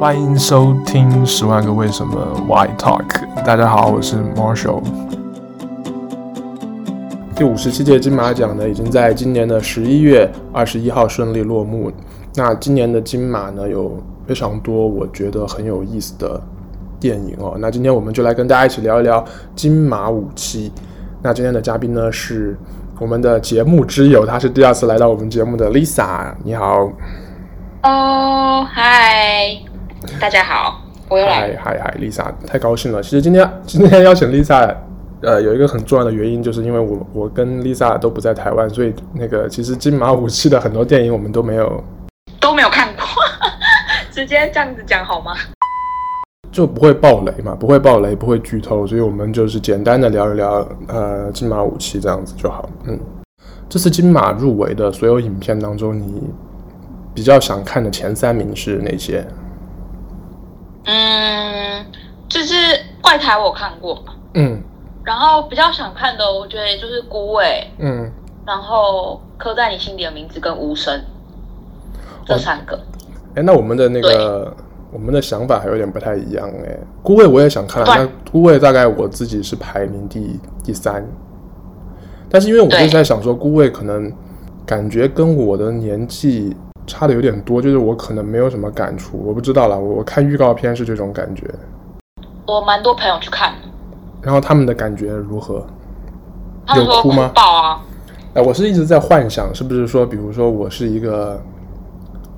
欢迎收听《十万个为什么 Why Talk》。大家好，我是 Marshall。第五十七届金马奖呢，已经在今年的十一月二十一号顺利落幕。那今年的金马呢，有非常多我觉得很有意思的电影哦。那今天我们就来跟大家一起聊一聊金马五期。那今天的嘉宾呢是我们的节目之友，她是第二次来到我们节目的 Lisa。你好。哦，嗨，大家好，我又来嗨了。嗨嗨，Lisa，太高兴了！其实今天今天邀请 Lisa，呃，有一个很重要的原因，就是因为我我跟 Lisa 都不在台湾，所以那个其实金马五期的很多电影我们都没有，都没有看过， 直接这样子讲好吗？就不会爆雷嘛，不会爆雷，不会剧透，所以我们就是简单的聊一聊呃金马五期这样子就好。嗯，这次金马入围的所有影片当中，你比较想看的前三名是哪些？嗯，就是怪台我看过，嗯然后比较想看的，我觉得就是孤伟，嗯，然后刻在你心底的名字跟无声哦这三个。哎，那我们的那个我们的想法还有点不太一样哎。孤味我也想看，对那孤味大概我自己是排名第第三，但是因为我对就是在想说，孤味可能感觉跟我的年纪差的有点多，就是我可能没有什么感触，我不知道啦。我我看预告片是这种感觉，我蛮多朋友去看的，然后他们的感觉如何？他们有说哭吗爆啊，哎，我是一直在幻想，是不是说，比如说我是一个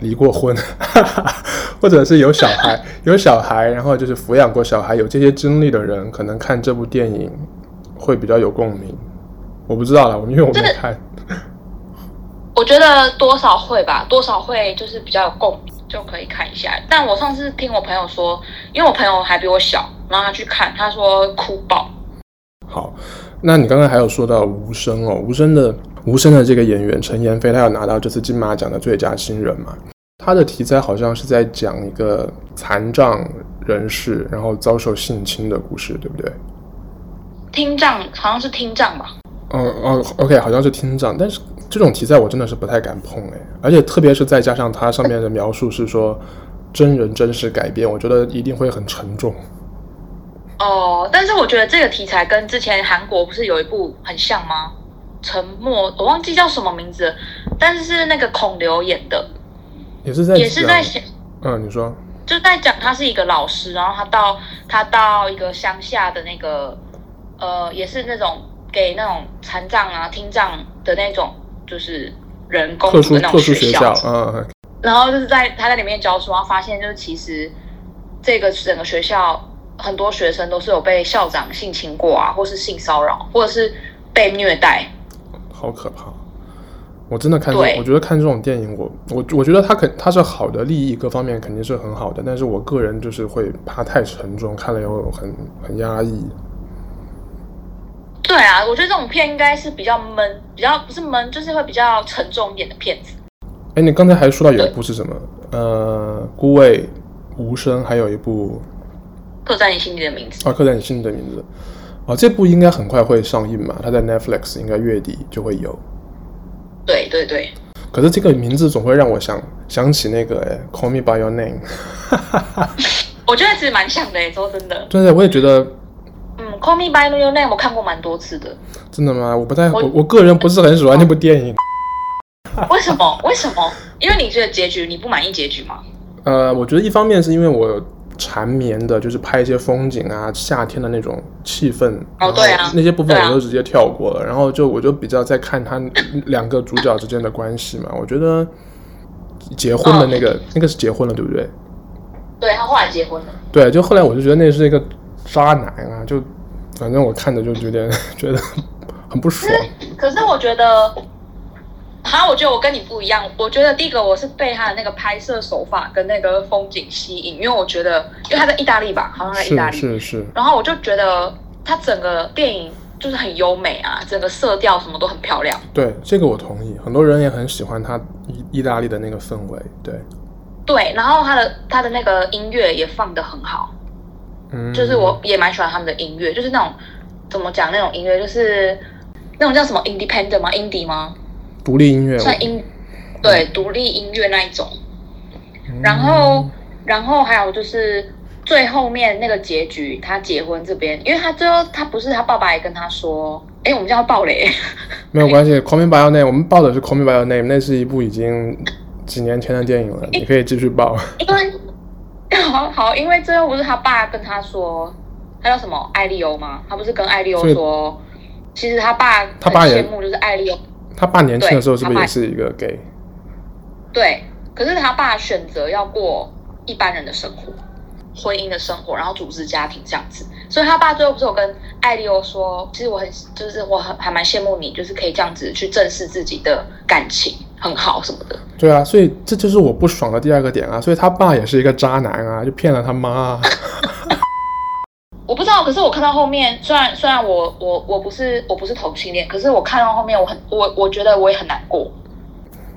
离过婚， 或者是有小孩，有小孩，然后就是抚养过小孩，有这些经历的人，可能看这部电影会比较有共鸣。我不知道啦，我因为我没这个看。我觉得多少会吧，多少会就是比较有共鸣，就可以看一下。但我上次听我朋友说，因为我朋友还比我小，然后他去看，他说哭爆。好，那你刚刚还有说到无声哦，无声的无声的这个演员陈妍霏，她要拿到这次金马奖的最佳新人嘛？她的题材好像是在讲一个残障人士然后遭受性侵的故事，对不对？听障好像是听障吧，嗯哦，OK，好像是听障，但是这种题材我真的是不太敢碰哎，而且特别是再加上它上面的描述是说真人真事改编，我觉得一定会很沉重。哦，但是我觉得这个题材跟之前韩国不是有一部很像吗？沉默，我忘记叫什么名字了，但是是那个孔刘演的，也是在也是在讲写，嗯，你说就在讲他是一个老师，然后他到他到一个乡下的那个，呃，也是那种给那种残障啊、听障的那种，就是人工特的殊那特种殊学学校，嗯，然后就是在他在里面教书，然后发现就是其实这个整个学校很多学生都是有被校长性侵过啊，或是性骚扰，或者是被虐待。好可怕！我真的看这，对我觉得看这种电影，我我我觉得它肯它是好的，利益各方面肯定是很好的，但是我个人就是会怕太沉重，看了以后很很压抑。对啊，我觉得这种片应该是比较闷，比较不是闷，就是会比较沉重一点的片子。哎，你刚才还说到有一部是什么？呃，孤味、无声，还有一部刻在你心里的名字。啊，刻在你心里的名字。哦，这部应该很快会上映嘛？它在 Netflix 应该月底就会有。对对对，可是这个名字总会让我想想起那个诶《Call Me by Your Name》。我觉得其实蛮像的诶，说真的。真的，我也觉得嗯，Call Me by Your Name 我看过蛮多 次的。真的吗？我不太我我我个人不是很喜欢那部电影。为什么？为什么？因为你觉得结局你不满意结局吗？呃，我觉得一方面是因为我缠绵的，就是拍一些风景啊，夏天的那种气氛。然后对啊那些部分对啊我都直接跳过了。然后就我就比较在看他两个主角之间的关系嘛。我觉得结婚的那哦个、那个是结婚了，对不对？对他后来结婚了。对，就后来我就觉得那是一个渣男啊，就反正我看着就有点觉得很不 爽。可是我觉得，哈，我觉得我跟你不一样。我觉得第一个我是被他的那个拍摄手法跟那个风景吸引，因为我觉得，因为他在意大利吧，好像嗯在意大是利，是是，然后我就觉得他整个电影就是很优美啊，整个色调什么都很漂亮。对这个我同意，很多人也很喜欢他意意大利的那个氛围。对，对，然后他的他的那个音乐也放得很好，嗯，就是我也蛮喜欢他们的音乐，就是那种怎么讲那种音乐，就是那种叫什么 independent 吗？indie 吗？独立音乐，我算音对独立音乐那一种。嗯然后然后还有就是最后面那个结局，他结婚这边，因为他最后他不是他爸爸也跟他说，哎，我们叫暴 雷，没有关系。Call me by your name，我们报的是 Call me by your name，那是一部已经几年前的电影了，你可以继续报。因为好好，因为最后不是他爸跟他说，他叫什么艾利欧吗？他不是跟艾利欧说，其实他爸他爸很也羡慕就是艾利欧，他爸年轻的时候对是不是他爸也是一个 gay？对，可是他爸选择要过一般人的生活，婚姻的生活，然后组织家庭这样子。所以他爸最后不是有跟艾利欧说，其实我很就是我很还蛮羡慕你，就是可以这样子去正视自己的感情，很好什么的。对啊，所以这就是我不爽的第二个点啊，所以他爸也是一个渣男啊，就骗了他妈、啊。我不知道，可是我看到后面，虽然虽然我我我不是我不是同性恋，可是我看到后面我很我我觉得我也很难过。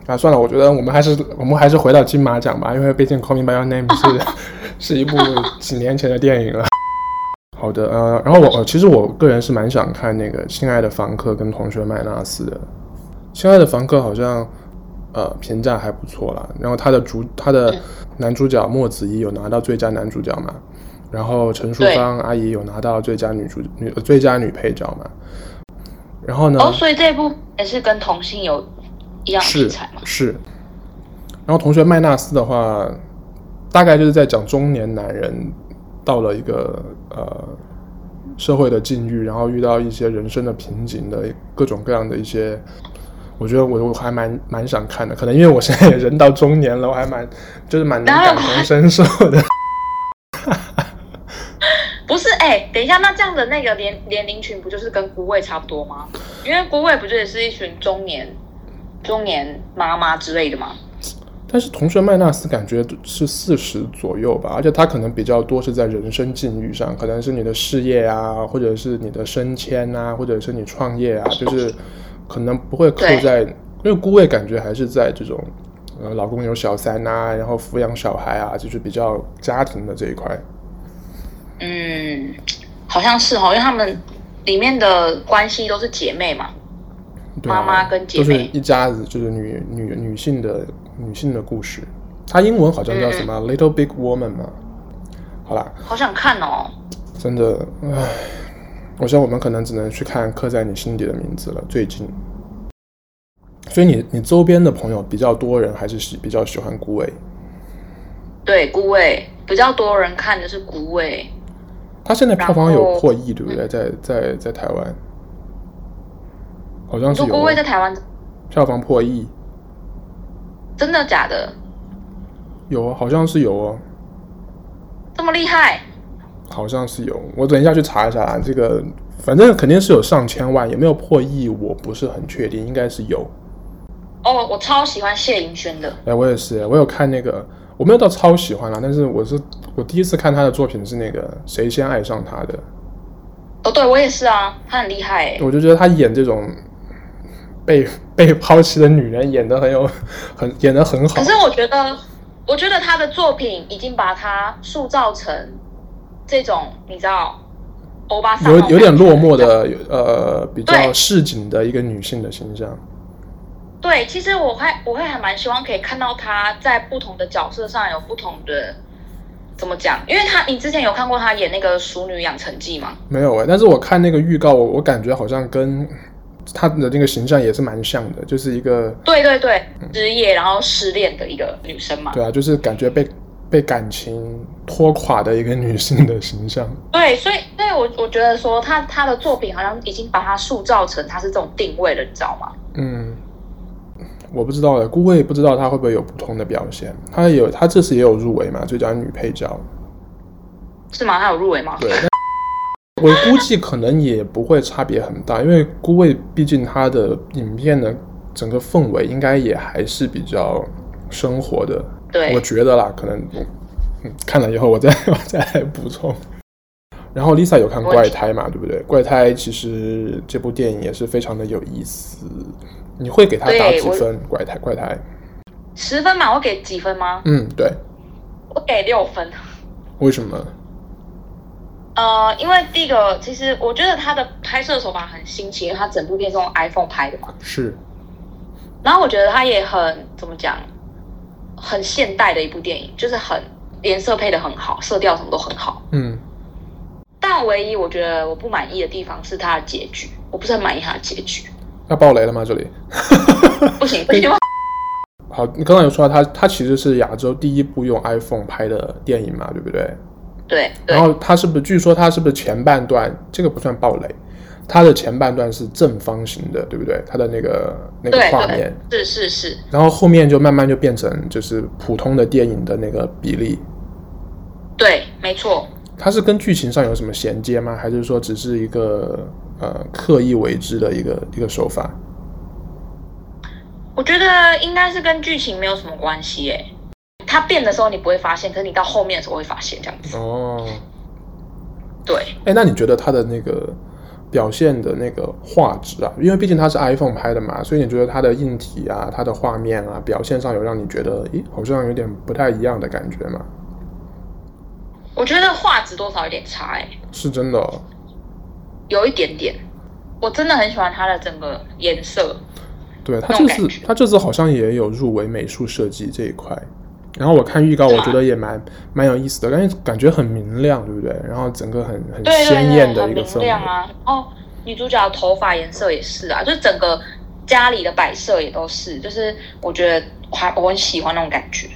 啊，算了，我觉得我们还是我们还是回到金马奖吧，因为毕竟《Call Me by Your Name 是》 是一部几年前的电影了。好的，呃，然后我、呃其实我个人是蛮想看那个《亲爱的房客》跟《同学麦纳斯》的，《亲爱的房客》好像呃评价还不错啦，然后他的主他的嗯男主角莫子仪有拿到最佳男主角嘛，然后陈淑对芳阿姨有拿到最佳女主女呃最佳女配角嘛，然后呢？哦，所以这一部也是跟同性有一样的是题材嘛？是。然后同学麦纳斯的话，大概就是在讲中年男人到了一个呃社会的境遇，然后遇到一些人生的瓶颈的各种各样的一些。我觉得我我还蛮蛮想看的，可能因为我现在也人到中年了，我还蛮就是蛮能哪有感同身受的。不是，哎、等一下，那这样的那个年年龄群不就是跟姑卫差不多吗？因为姑卫不就也是一群中年中年妈妈之类的吗？但是同学麦纳斯感觉是四十左右吧，而且他可能比较多是在人生境遇上，可能是你的事业啊，或者是你的升迁啊，或者是你创业啊，就是可能不会扣对在，因为姑位感觉还是在这种，呃，老公有小三啊，然后抚养小孩啊，就是比较家庭的这一块。嗯，好像是哦，因为他们里面的关系都是姐妹嘛。对啊、妈妈跟姐妹就是一家子，就是女女女性的女性的故事。它英文好像叫什么、Little 嗯 Big Woman” 嘛。好啦，好想看哦，真的，唉，我想我们可能只能去看《刻在你心底的名字》了。最近，所以你你周边的朋友比较多人，还是喜比较喜欢顾伟？对，姑卫比较多人看的是姑卫，他现在票房然有后嗯破亿，对不对？在在在台湾，好像哦你是说有姑卫在台湾票房破亿，真的假的？有哦，好像是有哦，这么厉害？好像是有。我等一下去查一下啊，这个反正肯定是有上千万，有没有破亿我不是很确定，应该是有。哦，我超喜欢谢盈萱的，哎，我也是，我有看那个，我没有到超喜欢啦，但是我是我第一次看他的作品是那个《谁先爱上他的》，哦，对我也是啊，她很厉害哎，我就觉得他演这种被被抛弃的女人演的很有很演的很好可，是我觉得，我觉得他的作品已经把他塑造成这种，你知道，欧巴桑有那种有点感觉落寞。的呃比较对市井的一个女性的形象。对，其实我还我会还蛮希望可以看到他在不同的角色上有不同的怎么讲，因为他你之前有看过他演那个《熟女养成记》吗？没有哎、但是我看那个预告，我我感觉好像跟他的那个形象也是蛮像的，就是一个对对对，失业然后失恋的一个女生嘛。嗯对啊，就是感觉被被感情拖垮的一个女性的形象。对，所以所以我我觉得说他他的作品好像已经把他塑造成他是这种定位了，你知道吗？嗯，我不知道了，顾魏不知道她会不会有不同的表现。她也有，她这次也有入围嘛，最佳女配角。是吗？他有入围吗？对，但我估计可能也不会差别很大，因为顾魏毕竟她的影片的整个氛围应该也还是比较生活的。对我觉得啦，可能我嗯看了以后我再 我再来补充。然后 Lisa 有看《我怪胎》嘛，对不对？《怪胎》其实这部电影也是非常的有意思。你会给他打对几我分？怪胎，怪胎。十分嘛，我给几分吗？嗯，对，我给六分。为什么？呃，因为第一个，其实我觉得他的拍摄手法很新奇，因为他整部片是用 iPhone 拍的嘛。是然后我觉得他也很怎么讲，很现代的一部电影，就是很颜色配的很好，色调什么都很好。嗯但唯一我觉得我不满意的地方是它的结局，我不是很满意它的结局。要爆雷了吗？这里？不行不行，好，你刚才有说到它，它其实是亚洲第一部用 iPhone 拍的电影嘛，对不对？对对然，后它是不是？据说它是不是前半段这个不算暴雷，它的前半段是正方形的，对不对？它的那个那个对画对面，是是是，然后后面就慢慢就变成就是普通的电影的那个比例。对，没错。它是跟剧情上有什么衔接吗？还是说只是一个呃刻意为之的一个一个手法？我觉得应该是跟剧情没有什么关系诶。它变的时候你不会发现，可是你到后面的时候会发现这样子。哦，对，哎，那你觉得它的那个表现的那个画质啊？因为毕竟它是 iPhone 拍的嘛，所以你觉得它的硬体啊、它的画面啊、表现上有让你觉得，咦，好像有点不太一样的感觉嘛？我觉得画质多少有点差诶，是真的、哦，有一点点。我真的很喜欢它的整个颜色，对它那这种次感觉它这次好像也有入围美术设计这一块。然后我看预告，是我吗觉得也蛮啊蛮有意思的，感觉感觉很明亮，对不对？然后整个很很对对鲜艳对，的很一个明氛围，亮啊。哦，女主角的头发颜色也是啊，就是整个家里的摆设也都是，就是我觉得我还我很喜欢那种感觉。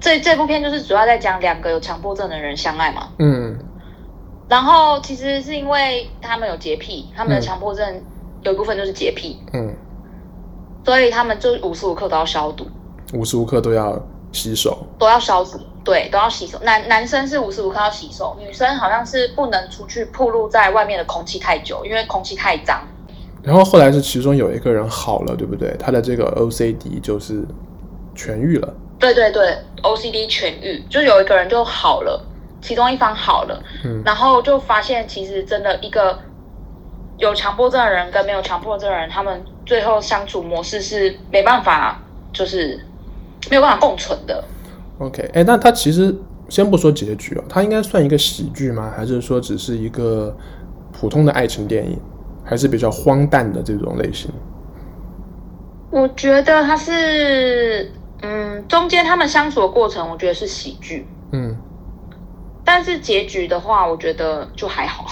这这部片就是主要在讲两个有强迫症的人相爱嘛，嗯然后其实是因为他们有洁癖，他们的嗯强迫症有一部分就是洁癖，嗯，所以他们就无时无刻都要消毒，无时无刻都要洗手，都要消毒，对，都要洗手。男男生是无时无刻要洗手，女生好像是不能出去暴露在外面的空气太久，因为空气太脏。然后后来是其中有一个人好了，对不对？他的这个 OCD 就是痊愈了。对对对，OCD 痊愈，就有一个人就好了，其中一方好了，嗯然后就发现其实真的一个有强迫症的人跟没有强迫症的人，他们最后相处模式是没办法，就是没有办法共存的。 ，OK，哎，那他其实先不说结局哦，他应该算一个喜剧吗？还是说只是一个普通的爱情电影，还是比较荒诞的这种类型？我觉得他是，嗯，中间他们相处的过程，我觉得是喜剧，嗯，但是结局的话，我觉得就还好。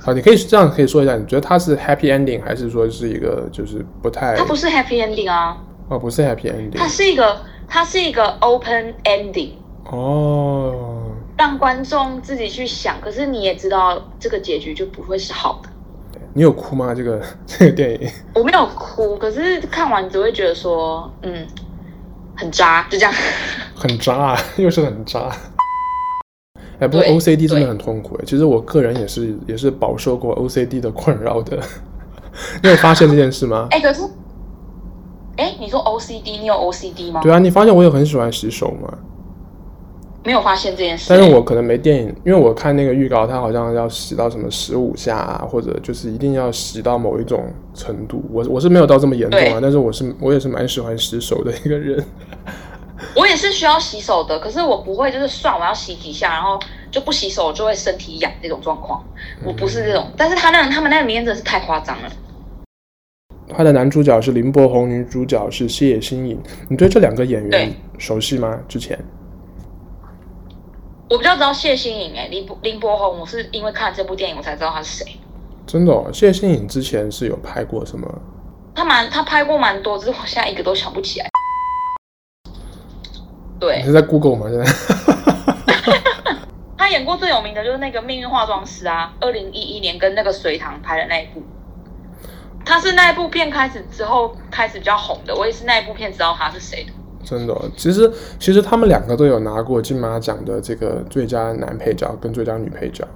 好，你可以这样可以说一下，你觉得他是 happy ending，还是说是一个就是不太它不是 happy ending 啊，哦不是 happy 它 ending 是一个它是一个 open ending。哦。让观众自己去想，可是你也知道这个结局就不会是好的。你有哭吗？这个这个电影？我没有哭，可是看完只会觉得说，嗯，很渣，就这样。很渣， 啊，又是很渣。哎，不过对 OCD 真的对很痛苦哎。其实我个人也是也是饱受过 OCD 的困扰的。 你有发现这件事吗？ 哎、可是，哎、你说 OCD，你有 OCD 吗？对啊，你发现我也很喜欢洗手嘛，没有发现这件事。但是我可能没电影，因为我看那个预告，它好像要洗到什么十五下啊，或者就是一定要洗到某一种程度。我我是没有到这么严重啊对，但是我是我也是蛮喜欢洗手的一个人。 我也是需要洗手的，可是我不会就是算我要洗几下，然后就不洗手就会身体痒这种状况。我不是这种，但是他那他们那个名言真的是太夸张了。他的男主角是林柏宏，女主角是谢欣颖。你对这两个演员对熟悉吗？之前？我比较知道谢欣颖，哎，林柏林柏宏，我是因为看了这部电影我才知道他是谁。真的、哦，谢欣颖之前是有拍过什么？他蛮他拍过蛮多，只是我现在一个都想不起来。你对是在 Google 吗？现在？他演过最有名的就是那个《命运化妆师》啊，二零一一年跟那个隋唐拍的那一部。他是那一部片开始之后开始比较红的，我也是那一部片知道他是谁的。真的哦、其实其实他们两个都有拿过金马奖的这个最佳男配角跟最佳女配角。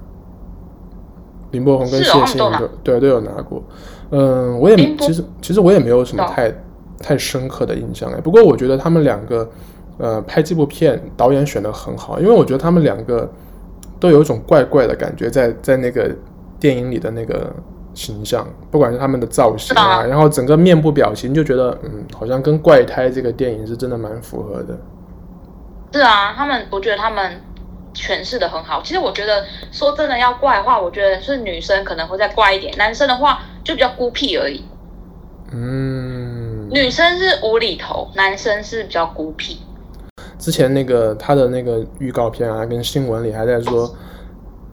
林柏宏跟是哦谢欣他颖们都、都对都有拿过。嗯，我也林柏其实其实我也没有什么懂太太深刻的印象哎。不过我觉得他们两个呃拍这部片导演选的很好，因为我觉得他们两个都有一种怪怪的感觉在在那个电影里的那个形象，不管是他们的造型啊，是吧然后整个面部表情，就觉得嗯，好像跟《怪胎》这个电影是真的蛮符合的。是啊，他们我觉得他们诠释的很好。其实我觉得说真的要怪的话，我觉得是女生可能会再怪一点，男生的话就比较孤僻而已。嗯，女生是无厘头，男生是比较孤僻。之前那个他的那个预告片啊，跟新闻里还在说，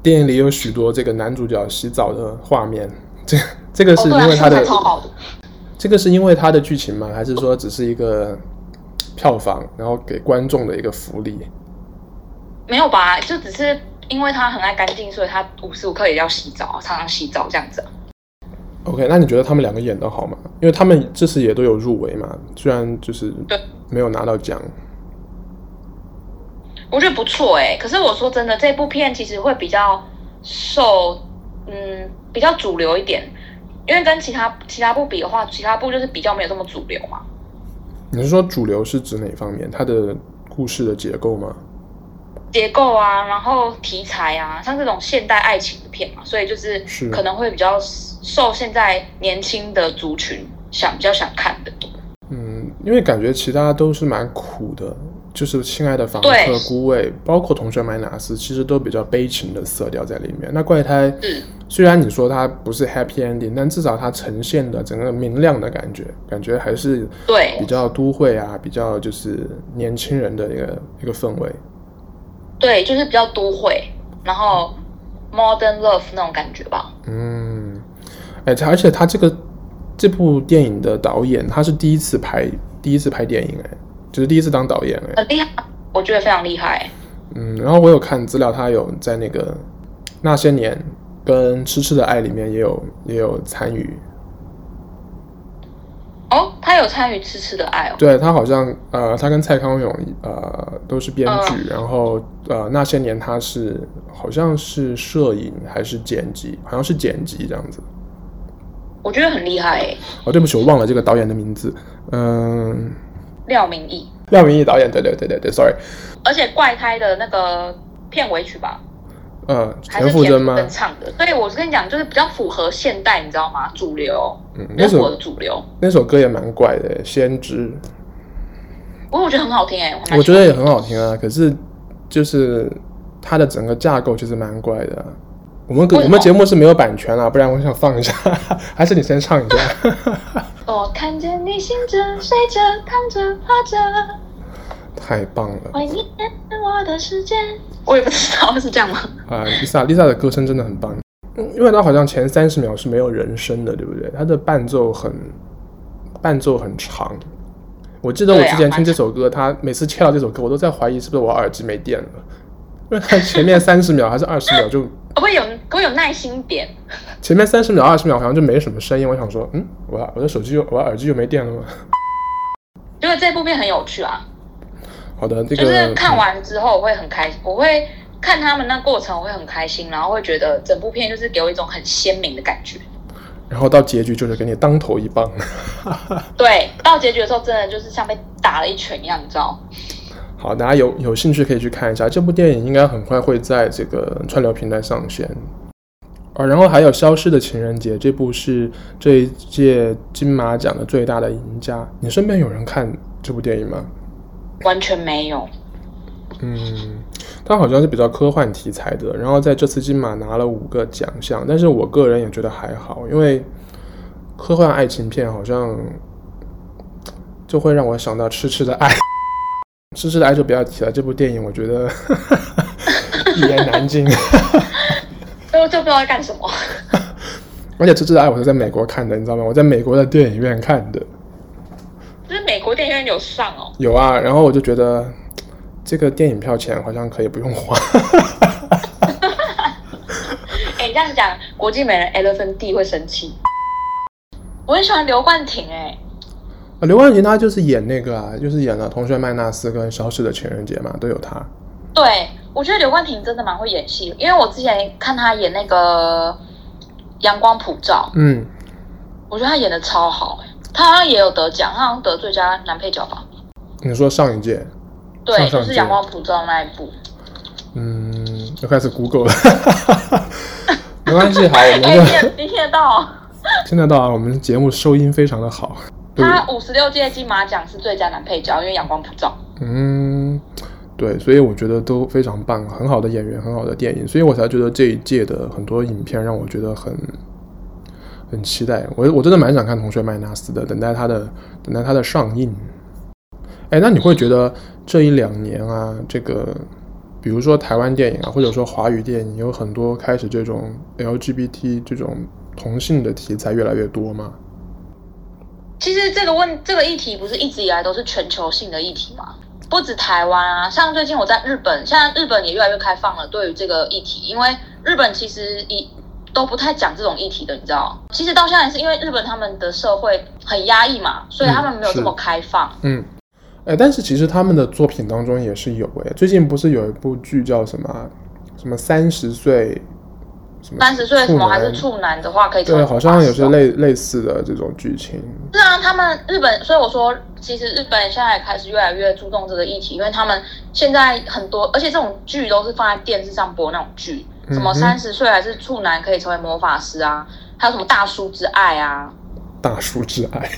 电影里有许多这个男主角洗澡的画面。这这个是因为他的、哦、超好的，这个是因为他的剧情吗？还是说只是一个票房，然后给观众的一个福利？没有吧，就只是因为他很爱干净，所以他无时无刻也要洗澡，啊常常洗澡这样子。啊 OK，那你觉得他们两个演的好吗？因为他们这次也都有入围嘛，虽然就是对没有拿到奖。我觉得不错哎、可是我说真的，这部片其实会比较受，嗯，比较主流一点，因为跟其他其他部比的话，其他部就是比较没有这么主流嘛。你是说主流是指哪方面？它的故事的结构吗？结构啊，然后题材啊，像这种现代爱情的片嘛，所以就是是可能会比较受现在年轻的族群想比较想看的。嗯，因为感觉其他都是蛮苦的，就是《亲爱的房客对》 《孤味》，包括《同学麦拿斯》，其实都比较悲情的色调在里面。那怪胎嗯，虽然你说它不是 happy ending，但至少它呈现的整个明亮的感觉，感觉还是对比较都会啊，比较就是年轻人的一个一个氛围。对，就是比较都会，然后 modern love 那种感觉吧。嗯，哎，它而且他这个这部电影的导演，他是第一次拍第一次拍电影，哎，就是第一次当导演，哎，很厉害，我觉得非常厉害。嗯，然后我有看资料，他有在那个《那些年》跟《痴痴的爱》里面也有也有参与，哦，他有参与《痴痴的爱》哦。对他好像呃，他跟蔡康永呃都是编剧，然后呃那些年他是好像是摄影还是剪辑，好像是剪辑这样子。我觉得很厉害诶，哦，对不起，我忘了这个导演的名字，嗯、廖明义，廖明义导演，对对对对对，sorry，而且怪胎的那个片尾曲吧，呃，还田是馥田甄吗馥？甄唱的。所以我跟你讲，就是比较符合现代，你知道吗？主流，嗯，那中国的首主流。那首歌也蛮怪的，《先知》，不过我觉哦得很好听诶，蛮喜欢我觉得也很好听啊。可是就是它的整个架构其实蛮怪的啊。我们为我什们么节目是没有版权啊啦，不然我想放一下， 还是你先唱一下。 我哦看见你醒着、睡着、躺着、趴着，太棒了怀念我的世界。我也不知道是这样吗？ 啊！Lisa Lisa 的歌声真的很棒，嗯因为她好像前三十秒是没有人声的，对不对？她的伴奏很伴奏很长。我记得我对啊之前听这首歌，她每次切到这首歌，我都在怀疑是不是我耳机没电了，因为她前面三十秒还是二十秒就 可不可以有，可不可以有耐心一点？前面三十秒、二十秒好像就没什么声音，我想说，嗯，我的我的手机又我的耳机又没电了吗？因为这部片很有趣啊，好的，这个就是看完之后我会很开心，我会看他们那过程，我会很开心，然后会觉得整部片就是给我一种很鲜明的感觉。嗯然后到结局就是给你当头一棒。对，到结局的时候真的就是像被打了一拳一样，你知道？好，大家有有兴趣可以去看一下，这部电影应该很快会在这个串流平台上线。啊，然后还有《消失的情人节》，这部是这一届金马奖的最大的赢家。你身边有人看这部电影吗？完全没有。嗯，它好像是比较科幻题材的，然后在这次金马拿了五个奖项，但是我个人也觉得还好，因为科幻爱情片好像就会让我想到《痴痴的爱》，《 痴痴的爱》就不要提了，这部电影我觉得 一言难尽， 所以我就不知道在干什么。 而且《痴痴的爱》我是在美国看的，你知道吗？我在美国的电影院看的，就是美国电影院有上哦，有啊，然后我就觉得这个电影票钱好像可以不用花。 哎、你这样讲，国际美人 Elephant D 会生气。我很喜欢刘冠廷、哎，啊，刘冠廷他就是演那个啊，就是演了《同学麦纳斯》跟《消失的情人节》嘛，都有他。对我觉得刘冠廷真的蛮会演戏，因为我之前看他演那个《阳光普照》，嗯，我觉得他演的超好、哎，他好像也有得奖，他好像得最佳男配角吧？你说上一届，对，上上就是《届阳光普照》那一部。 嗯，又开始 Google 了， 没关系，好，我们 哎、就你 也你听得到哦、听得到啊，我们节目收音非常的好。对，他五十六届金马奖是最佳男配角，因为《阳光普照嗯，对，所以我觉得都非常棒，很好的演员，很好的电影，所以我才觉得这一届的很多影片让我觉得很很期待。我我真的蛮想看《同学麦纳斯》的，等待它的等待它的上映。哎，那你会觉得这一两年啊，这个比如说台湾电影啊，或者说华语电影，有很多开始这种 LGBT 这种同性的题材越来越多吗？其实这个问这个议题不是一直以来都是全球性的议题吗？不止台湾啊，像最近我在日本，现在日本也越来越开放了对于这个议题，因为日本其实一都不太讲这种议题的，你知道？其实到现在是因为日本他们的社会很压抑嘛，所以他们没有这么开放。嗯，哎，但是其实他们的作品当中也是有哎，最近不是有一部剧叫什么啊什么三十岁什么三十岁什么还是男处男的话，可以对，从好像有些80类类似的这种剧情。是啊，他们日本，所以我说，其实日本现在也开始越来越注重这个议题，因为他们现在很多，而且这种剧都是放在电视上播那种剧，什么嗯哼三十岁还是处男可以成为魔法师啊，还有什么大叔之爱啊， 大叔之爱，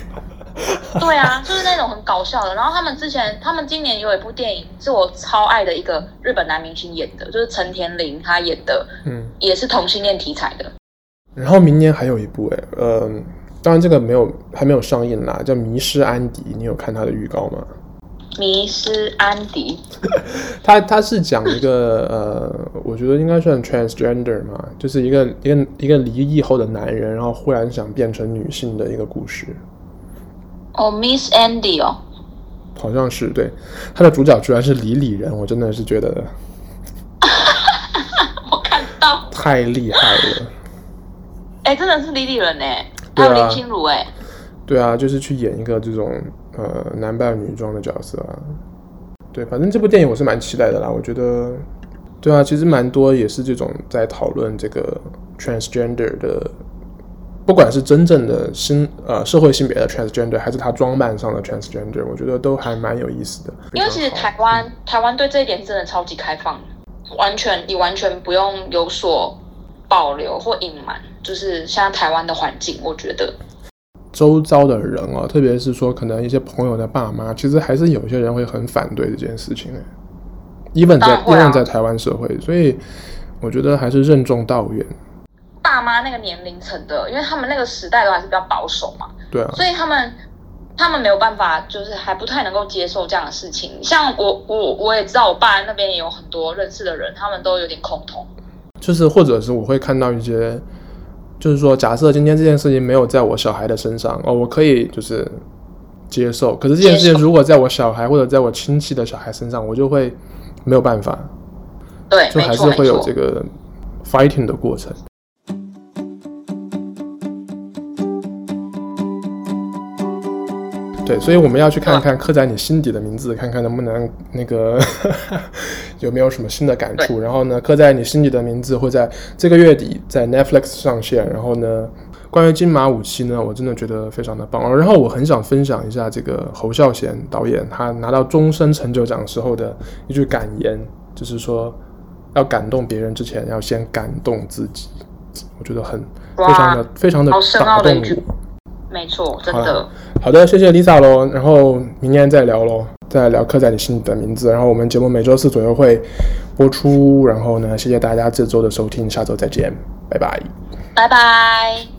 对啊，就是那种很搞笑的。然后他们之前，他们今年有一部电影是我超爱的一个日本男明星演的，就是陈田林他演的，嗯，也是同性恋题材的。然后明年还有一部哎，呃，当然这个没有还没有上映啦，叫《迷失安迪》，你有看它的预告吗？迷失安迪，它它是讲一个呃，我觉得应该算 transgender 嘛，就是一个一个一个离异后的男人，然后忽然想变成女性的一个故事，哦，Miss Andy 哦，好像是对。它的主角居然是李李仁，我真的是觉得我看到。太厉害了。哎、真的是李李人哎、还对啊有林心如哎、对啊，就是去演一个这种呃男扮女装的角色啊。对，反正这部电影我是蛮期待的啦。我觉得，对啊，其实蛮多也是这种在讨论这个 transgender 的，不管是真正的新呃社会性别的 transgender，还是他装扮上的 transgender，我觉得都还蛮有意思的。因为其实非常好台湾台湾对这一点真的超级开放，完全你完全不用有所保留或隐瞒，就是现在台湾的环境，我觉得周遭的人啊，特别是说可能一些朋友的爸妈，其实还是有些人会很反对这件事情诶。even 当在然会啊 even 在台湾社会，所以我觉得还是任重道远，爸妈那个年龄层的，因为他们那个时代都还是比较保守嘛，对啊，所以他们他们没有办法，就是还不太能够接受这样的事情。像我我我也知道，我爸那边也有很多认识的人，他们都有点恐同。就是或者是我会看到一些，就是说假设今天这件事情没有在我小孩的身上，哦，我可以就是接受，可是这件事接情受如果在我小孩或者在我亲戚的小孩身上，我就会没有办法，对，就没还是错没会有错这。个 fighting 的过程。对，所以我们要去嗯看看刻在你心底的名字，看看能不能那个 有没有什么新的感触。然后呢，刻在你心底的名字会在这个月底在 Netflix 上线。然后呢，关于金马五期呢，我真的觉得非常的棒。然后我很想分享一下这个侯孝贤导演他拿到终身成就奖时候的一句感言，就是说要感动别人之前，要先感动自己。我觉得很非哇常的非常的好深打奥的动一句我。没错，真好的啦。好的，谢谢 Lisa 喽，然后明天再聊喽，再聊刻在你心底的名字。然后我们节目每周四左右会播出，然后呢，谢谢大家这周的收听，下周再见，拜拜。拜拜。